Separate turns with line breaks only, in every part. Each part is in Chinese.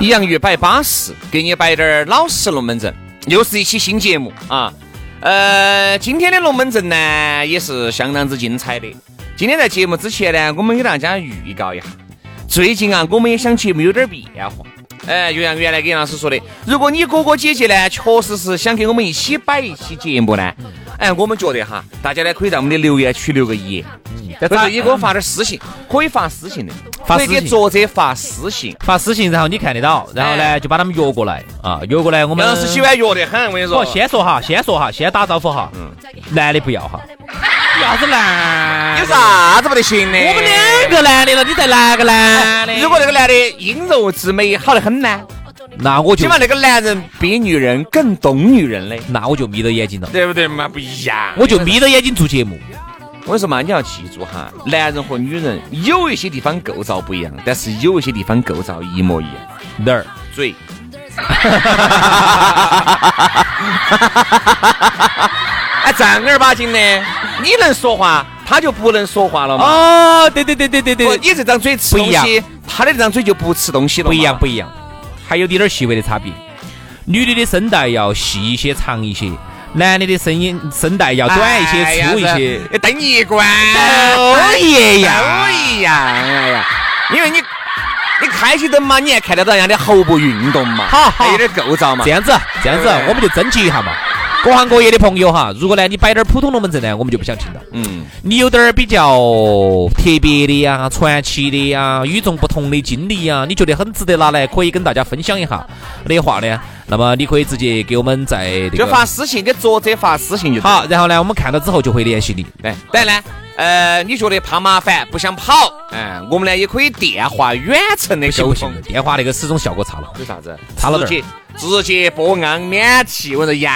洋芋摆巴适，给你摆点儿老实龙门阵，又是一期新节目啊。呃，今天的龙门阵呢，也是相当之精彩的。今天在节目之前呢，我们给大家预告一下，最近啊，我们也想节目有点变化。哎，就像原来给杨老师说的，如果你哥哥姐姐呢，确实是想跟我们一起摆一期节目呢，哎，我们觉得哈，大家呢可以在我们的留言区留个言，或者也给我发点私信，可以发私信的，
嗯发
可以
私
给
信
作者发私信。
发私信，然后你看得到，然后
哎
呢就把他们约过来啊，约过来我们
杨。老师喜欢约得很，我跟你
不，
说。
哦先说哈，先说哈，先打招呼哈。
嗯
男的不要哈。啥子男
有？啥子不得行的？
我们两个男的了，你再来个男的。
如果那个男的阴柔之美好得很呢，
那我
起
就
码那个男人比女人更懂女人嘞，
那我就眯着眼睛了，
对不对嘛？不一样。
我就眯着眼睛做节目。
我跟你说嘛，你要记住哈，男人和女人有一些地方构造不一样，但是有一些地方构造一模一样。
哪儿？
嘴，哎，正儿八经的，你能说话，他就不能说话了嘛。
哦，对对对对对
不，，啊你这张嘴吃
不
东
一样
西，他的这张嘴就不吃东西了嘛。
不一样不一样，还有点点细微的差别。女的的声带要细一些、长一些，男的的声音声带
啊
要短一
哎
些、粗一些。
灯一关，
都一样
都一样，哎呀，因为你你开起灯嘛，你还看得到人家的喉部运动嘛，
好好
还有点构造嘛
这，样子，这样子
对，
我们就征集一下嘛。各行各业的朋友哈，如果呢你摆点儿普通龙门阵呢，我们就不想听了。
嗯，
你有点儿比较特别的呀、传奇的呀、与众不同的经历呀，你觉得很值得拿来可以跟大家分享一下的话呢，那么你可以直接给我们在那
就
个
发私信给作者发私信就对了哎
好，，然后呢我们看到之后就会联系你。
对，当然呢。呃，你觉得怕麻烦，不想跑，哎、我们呢也可以电话远程的
不行
沟
不行
通，，
电话那个始终效果差了，
有啥子？
差了
直
点
接直接播昂免提，我说一样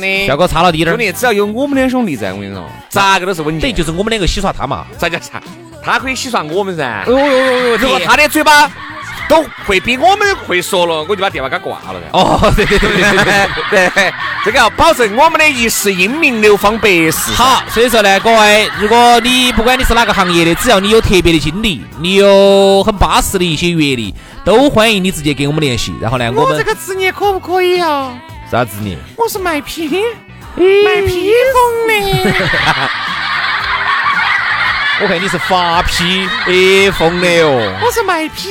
的。
效果差了滴点
哎兄
儿。
弟，只要有我们两兄弟在，我跟你说，咋个都是稳
等于
健。
就是我们两个洗刷他嘛，
咋叫啥？他可以洗刷我们噻。
呦呦
如果他的嘴巴都会比我们会说了，我就把电话给他挂了噻。
哦，对对对对对对。
对，这个要保证我们的一世英名流芳百世。
好，所以说呢，各位，如果你不管你是哪个行业的，只要你有特别的经历，你有很巴适的一些阅历，都欢迎你直接给我们联系。然后呢，我们
个职业可不可以啊？
啥子你？
我是卖披卖披风的。
我看你是发批 A 风的哦。
我是卖披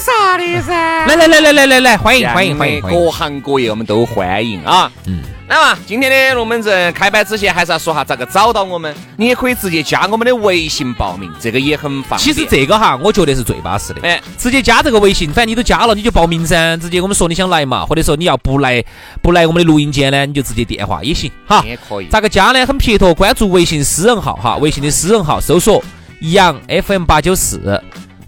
萨的噻。
来来来来来来来，欢迎欢迎欢迎欢迎！
各行各业我们都欢迎啊。嗯。那么今天的龙门阵开摆之前，还是要说下咋个找到我们。你也可以直接加我们的微信报名，这个也很方便。
其实这个哈，我觉得是最巴适的。
哎
直接加这个微信，反正你都加了，你就报名噻。直接我们说你想来嘛，或者说你要不来不来我们的录音间呢，你就直接电话也行哈。
也可以。
咋个加呢？很撇脱，关注微信私人号哈，微信的私人号搜索“杨 FM 八九四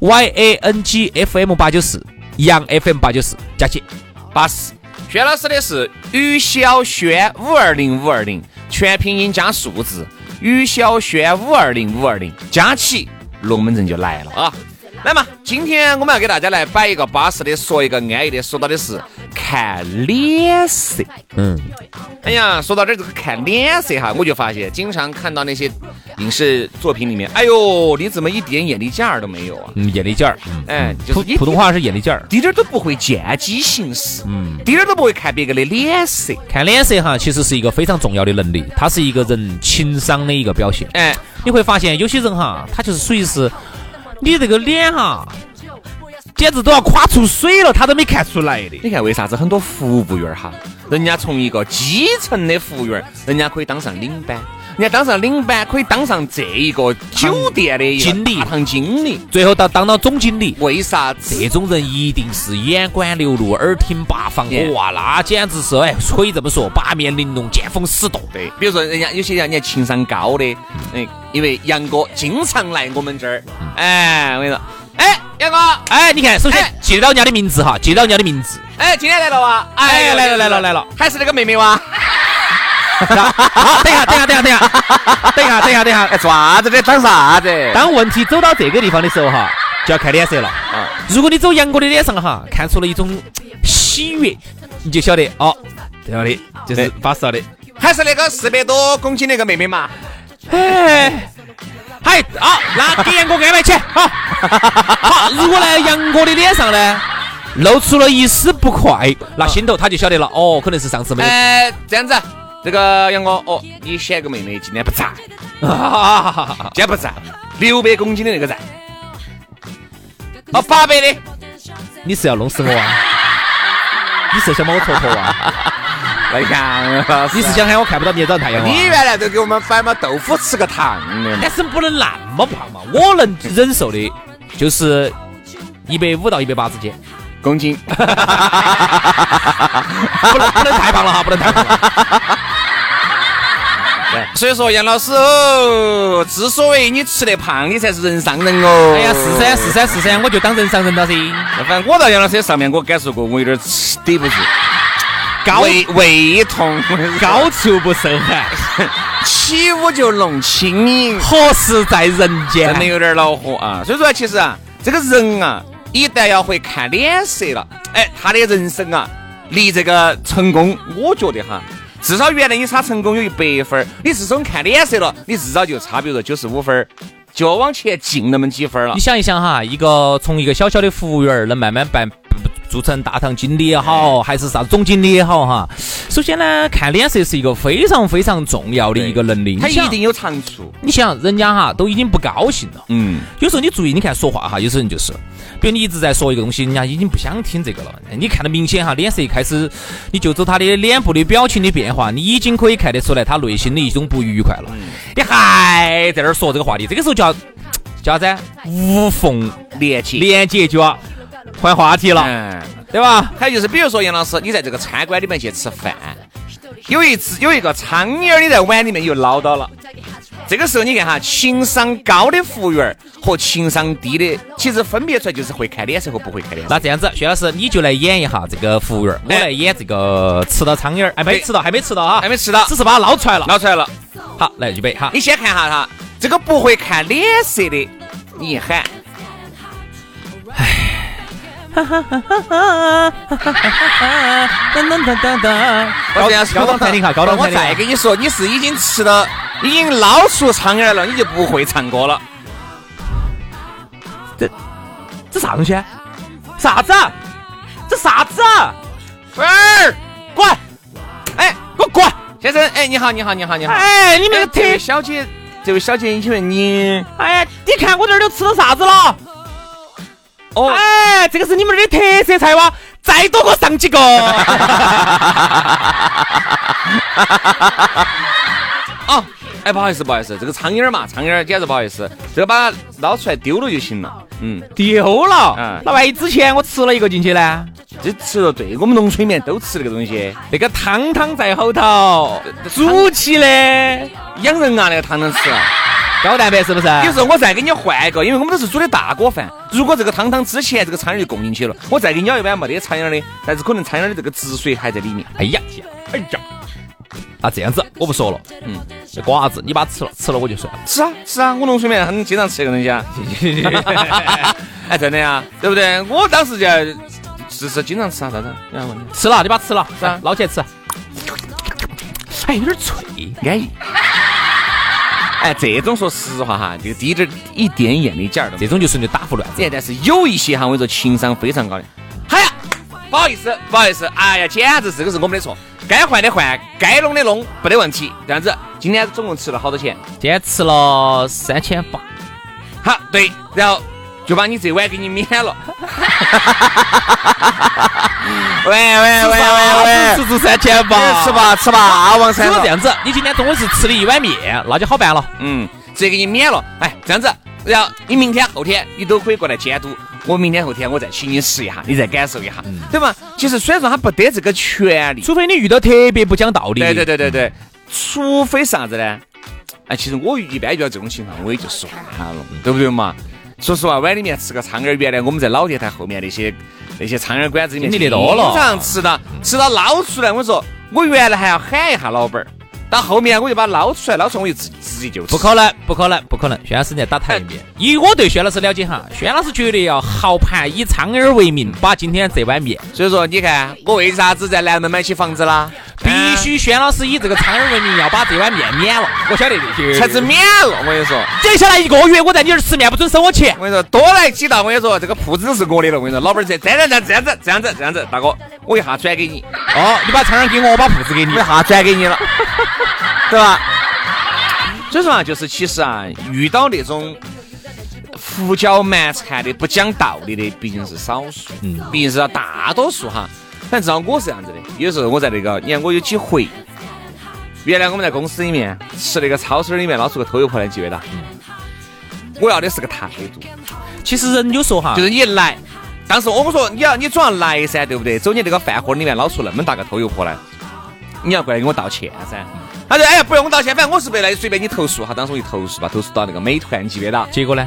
”，Y A N G F M 八九四，杨 FM 八九四，加起。
巴适。轩老师的是于小轩五二零五二零，全拼音加数字，于小轩五二零五二零，加起龙门阵就来了啊！那么今天我们要给大家来摆一个巴适的，说一个安逸的，说到的是看脸色。
嗯，
哎呀，说到这儿这个看脸色哈，我就发现经常看到那些影视作品里面，哎呦，你怎么一点眼力劲儿都没有啊？
嗯，眼力劲儿，
哎，就
普
是一
普通话是眼力劲儿。
滴点儿都不会见机行事，嗯，滴点儿都不会看别个的脸色。
看脸色哈，其实是一个非常重要的能力，它是一个人情商的一个表现。
哎，
你会发现有些人哈，他就是属于是，你这个脸哈，简直都要垮出水了，他都没看出来的。
你看为啥子很多服务员儿哈，人家从一个基层的服务员儿，人家可以当上领班，人家当上领班可以当上这一个酒店的一个
经理
大堂经理，
最后到当到总经理，
为啥子？
这种人一定是眼观六路，耳听八方。
Yeah
哇，那简直是哎，可以这么说，八面玲珑，见风使舵。
对，比如说人家有些人家情商高的，哎，因为杨哥经常来我们这儿，哎，我跟你说，哎，杨哥，
哎，你看，首先
哎
记得到人家的名字哈，记得到人家的名字，
哎，今天来了哇，
哎来了来了来了，
还是那个妹妹哇，
啊好，等一下，等一下，等一下，等一下，等一下，等一下，等一下。
哎，做啥子的？当啥子？
当问题走到这个地方的时候哈，就要看脸色了。
啊
如果你走杨哥的脸上哈，看出了一种喜悦，你就晓得哦，对了的，就是巴适了的。
还是那个四百多公斤那个妹妹嘛，
哎，嗨，好，那给杨哥安排 起，好，好。如果呢，杨哥的脸上呢露出了一丝不快，那心头他就晓得了，哦，可能是上次 没有。
啊哎，这样子，这个杨哥，哦，你选个妹妹今天不在，
啊
今天不在，六百公斤的那个在，哦，八百的，
你是要弄死我啊？你是想把我戳破啊？
那杨
你是想喊我看不到明天早上太阳
你
啊？
原来都给我们摆嘛豆腐吃个糖的嘛，
但是不能那么胖嘛，我能忍受的就是一百五到一百八之 间，
公斤，
不能不能太胖了哈，不能太胖了。
所以说杨老师哦，之所以你吃得胖，你才是人上人哦。
哎呀，是噻是噻是噻，我就当人上人了噻。
噻，反正我到杨老师上面，我感受过，我有点吃抵不住，
高
胃胃痛，
高处不胜寒。
起舞就弄轻盈，
何时在人间
真的有点恼火啊。所以说，其实啊，这个人啊，一旦要会看脸色了，哎，他的人生啊，离这个成功，我觉得哈。至少原来你差成功有一百分儿，你自从看脸色了，你至少就差，比如说九十五分儿，就往前进那么几分儿了
你。想一想哈，一个从一个小小的服务员儿，能慢慢办做成大堂经理也好，还是啥子总经理也好哈。首先呢，看脸色是一个非常非常重要的一个能力。
他
你
一
想
定有长处。
你想，人家哈都已经不高兴了。
嗯，
有时候你注意，你看说话哈，有些人就是，比如你一直在说一个东西，人家已经不想听这个了。哎你看得明显哈，脸色一开始，你就走他的脸部的表情的变化，你已经可以看得出来他内心的一种不愉快了。
嗯
你还在那儿说这个话题，这个时候就要叫啥子啊？无缝
连接。
连接就要换话题了，
嗯，
对吧？
还有就是，比如说杨老师，你在这个餐馆里面去吃饭，有一只有一个苍蝇儿，你在碗里面又捞到了。这个时候你看哈，情商高的服务员儿和情商低的，其实分别出来就是会看脸色和不会看脸色。
那这样子，薛老师你就来演一下这个服务员儿，我
哎
来演这个吃到苍蝇儿，哎，没
对
吃到，还没吃到啊，
还没吃到
只是把它捞出来了。
捞出来了，
好，来预备哈。
你先看哈哈，这个不会看脸色的，你一喊，
噔噔噔噔噔，
我这样说
高档餐厅哈，高档餐厅
我再
哈。
跟你说，你是已经吃到，已经捞出苍蝇儿了，你就不会唱歌了。
这啥东西？啊啥子啊？这啥子啊？
喂儿，
滚！
哎，
给我滚！
先生，哎，你好，你好，你好，你好。
哎，你们个
这位
铁！
小姐，这位小姐，请问你
哎，你看我这儿都吃了啥子了？
哦，
哎，这个是你们这儿的特色菜哇！再多给我上几 个。
哦，哎，不好意思，不好意思，这个苍蝇儿嘛，苍蝇儿简直不好意思，这个把它捞出来丢了就行了。嗯，
丢了
嗯，
那万一之前我吃了一个进去呢？
这吃了对，我们农村里面都吃这个东西，
那个汤汤在后头
这，汤
煮起的
养人啊，那个汤能吃。
高蛋白是不是？
有时候我再给你换一个，因为我们都是煮的大锅饭。如果这个汤汤之前这个苍蝇就供进去了，我再给你舀一碗没得苍蝇的，但是可能苍蝇的这个汁水还在里面。
哎呀，哎呀，那这样子我不说了，嗯，这瓜子你把它吃了，吃了我就算了。
是啊，是啊，我农村里面很经常吃这个东西 啊。哎，真的呀，对不对？我当时就是是经常吃啊，啥子？你要问
吃了，你把它吃了，
是啊
捞起来吃。哎，有点脆。
安逸。哎，这种说实话哈，就滴点儿一点眼力劲儿都没
这
有。
种就是你打胡乱子。
这但是有一些哈，我跟你说情商非常高的，哎呀，不好意思，不好意思，哎呀，简直这个是我们的错，该换的换，该弄的弄，没得问题。这样子，今天总共吃了好多钱？
今天吃了三千八，
好，对，然后就把你这碗给你免了。喂喂喂喂喂，
吃足三千吧，
吃吧吃吧，王
如
三
果这
了，
样子，你今天中午是吃了一碗面，那就好办了。
嗯，直接给你免了。哎，这样子，然后你明天后天你都可以过来监督。我明天后天我再请你试一下，你再感受一下，对吧？其实虽然说他不得这个权利，
除非你遇到特别不讲道理的，
对对对对对，除非啥子呢？哎，其实我一般遇到这种情况，我也就算了，
嗯
对不对嘛？说实话，碗里面吃个苍耳，原来我们在老电台后面那些那些苍耳馆子里面
经历得多了
经常吃到吃到捞出来。我跟你说，我原来还要喊一下老板儿，到后面我就把它捞出来，捞出来我就自己自己就吃
不可能，不可能，不可能！轩老师你在打台
哎
面。以我对轩老师了解哈，轩老师绝对要豪盘，以苍耳为
嗯
名，把今天这碗面
所以说，你看我为啥子在南门买起房子啦？
必须轩老师以这个苍耳为名，要把这碗面免了。我晓得这
嗯
些。
才子免了。我跟你说，
接下来一个月我在你这儿吃面不准收我钱
我。跟你说，多来几道。我跟你说，这个铺子是我的了。我跟你说，老板儿这这样这样这样子这样子这样子，大哥，我一下转给你。
哦，你把苍耳给我，我把铺子给你
我一。下转给你了，对吧？所以说啊，就是其实啊，遇到那种胡搅蛮缠的、不讲道理的，毕竟是少数，嗯，毕竟是大多数哈。反正至少我是这样子的，有时候我在那个，你看我有几回，原来我们在公司里面吃那个超市里面捞出个偷油婆来，你记不记得？我要的是个态度，
其实人有时候哈
就，是你一来，当时我们说你要你总要来噻，对不对？走你这个饭盒里面捞出那么大个偷油婆来，你要过来给我道歉噻。
嗯
他说哎呀不用我道歉，反正我是被来随便你投诉哈。当时我一投诉吧，投诉到那个美团，记不记得？
结果呢？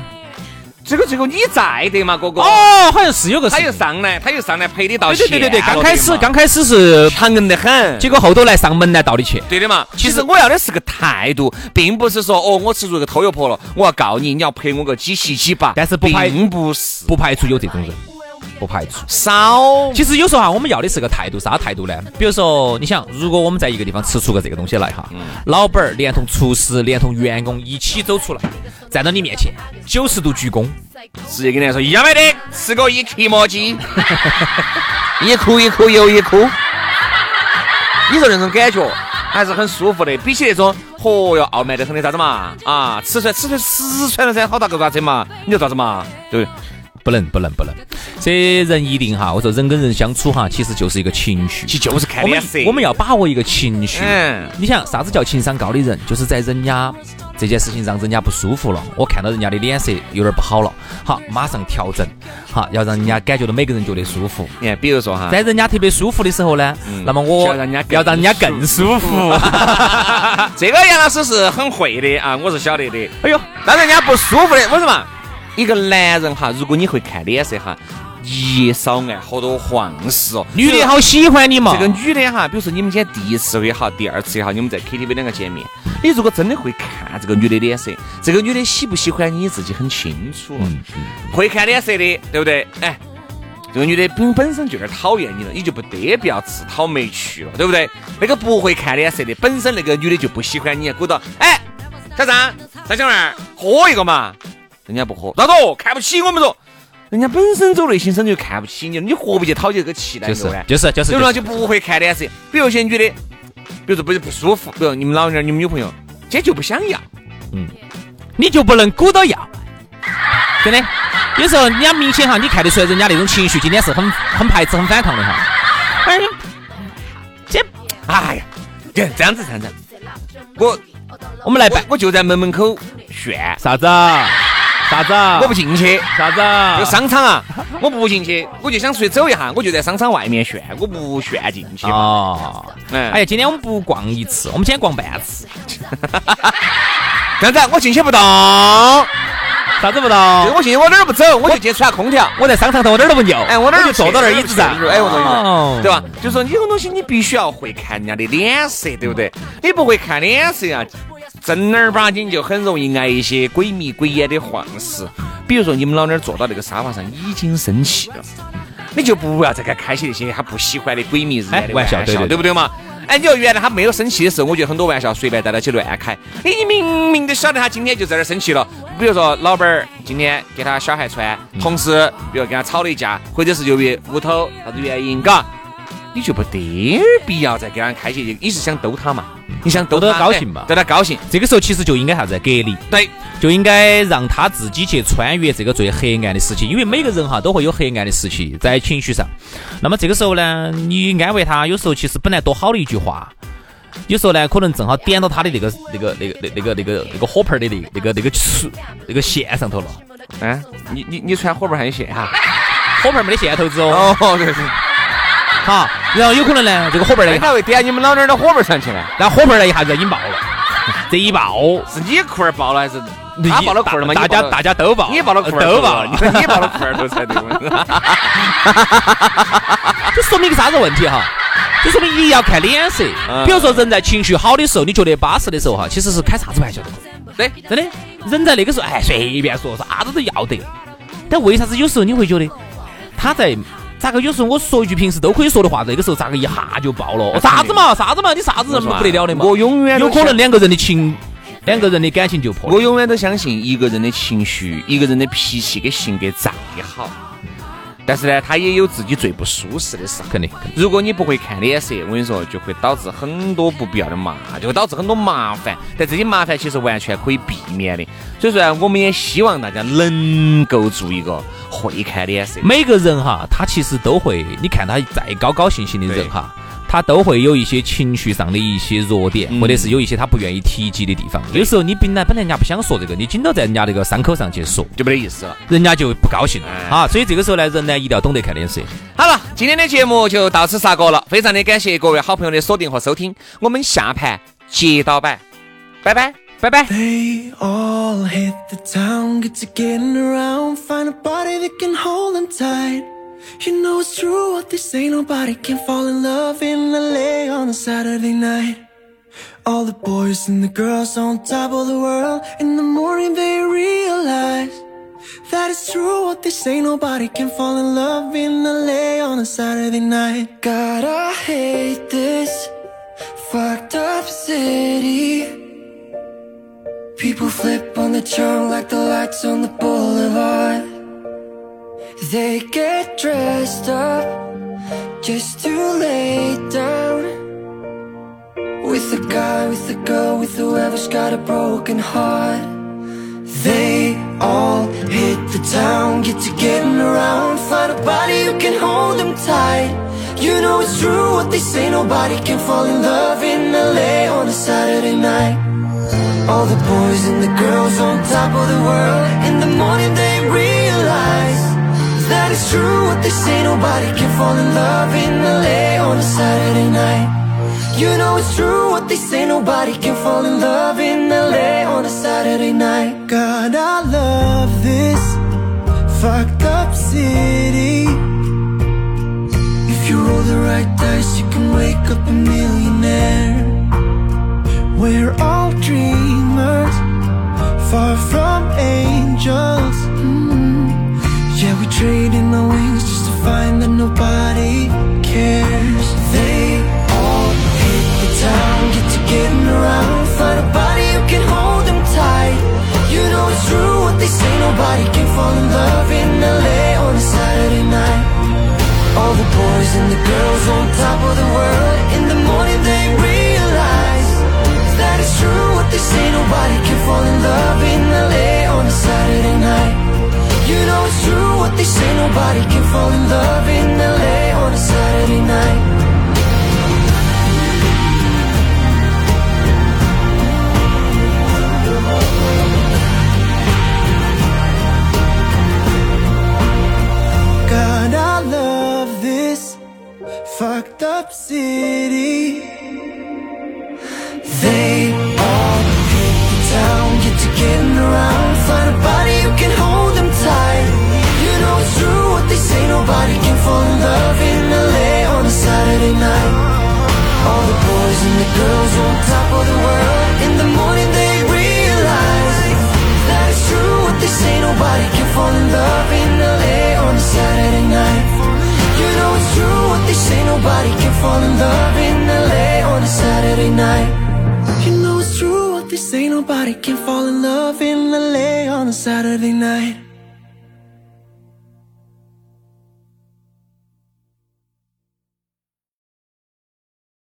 这个这个你在的嘛，哥哥。
哦，好像是有个事
他又上来，他又上来赔礼道
对
歉
对
了。
对对对，刚开始
对嘛
刚开始是，
强硬得很。
结果后头来上门来道的歉。
对的嘛，其实我要的是个态度，并不是说哦，我吃出个偷油婆了，我要告你，你要赔我个几七几八。
但是不排
并不是
不排除有这种人，不排除。
少
其实有时候哈，我们要的是个态度，啥态度呢？比如说，你想，如果我们在一个地方吃出个这个东西来哈，老板儿连同厨师、连同员工一起走出来，站到你面前，九十度鞠躬，
直接跟人家说要没得，吃个一提莫鸡， 一哭一哭又一哭。你说那种感觉还是很舒服的，比起那种哦嚯哟傲慢得很的啥子嘛啊，吃出来吃出来四川了噻，好大个爪子嘛，你说咋子嘛？对不对？
不能不能不能，这人一定哈，我说人跟人相处哈，其实就是一个情绪。
其实就是看
我们
脸色。
我们要把握一个情绪。
嗯
你想啥子叫情商高的人？就是在人家这件事情让人家不舒服了，我看到人家的脸色有点不好了，好，马上调整，好，要让人家感觉到每个人觉得舒服。
你哎看，比如说哈，
在人家特别舒服的时候呢，那么我
就啊嗯要让人家
要让
更
人家更舒服。
这个杨老师是很会的啊，我是晓得的。哎呦，让人家不舒服的，为什么？一个男人哈，如果你会看脸色哈，一少爱好多黄事哦。
女的好喜欢你嘛？
这个女的哈，比如说你们今天第一次也好，第二次也好，你们在 KTV 两个见面，你如果真的会看这个女的脸色，这个女的喜不喜欢你自己很清楚了，
嗯
会看脸色的，对不对？哎，这个女的本本身就有点讨厌你了，你就不得不要自讨没趣了，对不对？那个不会看脸色的，本身那个女的就不喜欢你，鼓捣，哎，小张，张小二，喝一个嘛，人家不喝，咋子哦？看不起我们说。人家本身走内心深处就看不起你，了，你何必去讨这个气呢？
就
对不对
是就是就是
有
就
人
是，
就不会看脸色。比如有些女的，比如说不不舒服，比如你们老娘儿、你们女朋友，今天就不想要，
你就不能鼓捣要，真的。有时候人家明显哈，你看得出来人家那种情绪，今天是很很排斥、很反抗的哈。哎，这
哎呀，这这样子这样子，我
我们来
我
办
我就在门门口炫，
啥子啊？啥子啊？
我不进去。
啥子
这
啊
个商场啊，我不进去，我就想出去走一下，我就在商场外面炫，我不炫进去。
哦，
嗯
哎呀，今天我们不逛一次，我们今天逛半次，
这样子啊我进去不动，
啊啥子不
这个
到？
我进去我哪儿都不走，我就进去吹下空调。
我在商场头，我哪儿都不扭，
哎，我哪儿
就坐到那儿椅子上，
哎，我跟你
哦
说，对吧？就说你这种东西，你必须要会看人家的脸色，对不对？你不会看脸色呀，正儿八经就很容易挨一些鬼迷鬼眼的晃事。比如说，你们老娘儿坐到那个沙发上已经生气了，你就不要再给他开些那些他不喜欢的鬼迷日眼
哎
的
玩笑对
笑，
对
对不对嘛？哎，你说原来他没有生气的时候，我觉得很多玩笑随便带到起乱开。哎你明明都晓得他今天就在这儿生气了，比如说老板儿今天给他小孩穿，同事比如跟他吵了一架，或者是由于屋头啥子原因，嘎，你就不得必要再给他开些，你是想逗他嘛？你想逗
逗
他
他高兴嘛
哎逗他高兴。
这个时候其实就应该啥子？隔离，
对，
就应该让他自己去穿越这个最黑暗的时期，因为每个人哈都会有黑暗的时期在情绪上。那么这个时候呢，你安慰他，有时候其实本来多好的一句话，有时候呢可能正好点到他的那个那个那个那个那个那个火盆的那个那个那个触那个线上头了。
嗯、你你你穿火盆还有线哈？
火盆没得线头子哦，
哦，对对，
好，然后有可能呢这个火盆
哎那
呢，
他会点你们老娘的火盆上去呢？
然后火盆呢一下子引爆了， 这一爆。
是你裤儿爆了还是他爆了裤儿了吗？
大
你爆
家
了
大家都爆，
你爆了裤儿
都爆
了，，你你爆了裤儿头才对。我跟 你说
这说明一个啥子问题哈？这说明你要看脸色。
嗯
比如说，人在情绪好的时候，你觉得巴适的时候哈，其实是开啥子玩笑都可以。
对，
真的，人在那个时候，哎，随便说啥子都要得。但为啥子有时候你会觉得他在咋个？有时候我说一句平时都可以说的话，那个时候咋个一下就爆了？哦啥子嘛，啥子嘛，你啥子人不得了的嘛？
我永远都
有可能两个人的情，两个人的感情就破
我
了。
永远都相信一个人的情绪、一个人的脾气跟性格再好，但是呢，他也有自己最不舒适的时候。
肯定，肯定
如果你不会看脸色，我跟你说，就会导致很多不必要的麻，就会导致很多麻烦。但这些麻烦其实完全可以避免的。所以说呢，啊我们也希望大家能够做一个会看脸色。
每个人哈，他其实都会，你看他再高高兴兴的人哈，他都会有一些情绪上的一些弱点，或者是有一些他不愿意提及的地方。有时候你本来本来人家不想说这个，你紧到在人家那个伤口上去说，
就没得意思了。
人家就不高兴了
哎
啊。所以这个时候呢，人呢一定要懂得看脸色。
好了，今天的节目就到此煞过了，非常的感谢各位好朋友的锁定和收听，我们下盘接到摆，拜拜，拜拜。
They all hit the town, get to getting around, find a body that can hold them tight. You know it's true what they say, nobody can fall in love in LA on a Saturday night. All the boys and the girls on top of the world, in the morning they realize that it's true what they say, nobody can fall in love in LA on a Saturday night. God, I hate this fucked up city. People flip on the charm like the lights on the boulevard. They get dressed up just to lay down with the guy, with the girl, with whoever's got a broken heart. They all hit the town, get to getting around, find a body who can hold them tight. You know it's true what they say, nobody can fall in love in LA on a Saturday night. All the boys and the girls on top of the world. In the morning they realize that it's true what they say. Nobody can fall in love in LA on a Saturday night. You know it's true what they say. Nobody can fall in love in LA on a Saturday night. God, I love this fucked up city. If you roll the right dice, you can wake up a millionaire. We're all dreamers, far from angels. Yeah, we trade in our wings just to find that nobody cares. They all hit the town, get to getting around. Find a body who can hold them tight. You know it's true what they say, nobody can fall in love in LA on a Saturday night. All the boys and the girls on top of the world. In the morning they realize that it's true what they say. Nobody can fall in love in LA on a Saturday night. You know it's true what they say. Nobody can fall in love in LA on a Saturday night. God, I love this fucked up city. They all hit the town, get to getting around. Find a body who can hold them tight. You know it's true what they say, nobody can fall in love in LA on a Saturday night. All the boys and the girls on top of the world. In the morning they realize that it's true what they say. Nobody can fall in love in LA on a Saturday night. You know it's true what they say. Nobody can fall in love in LA on a Saturday night. You know it's true what they say. Nobody can fall in love in LA on a Saturday night.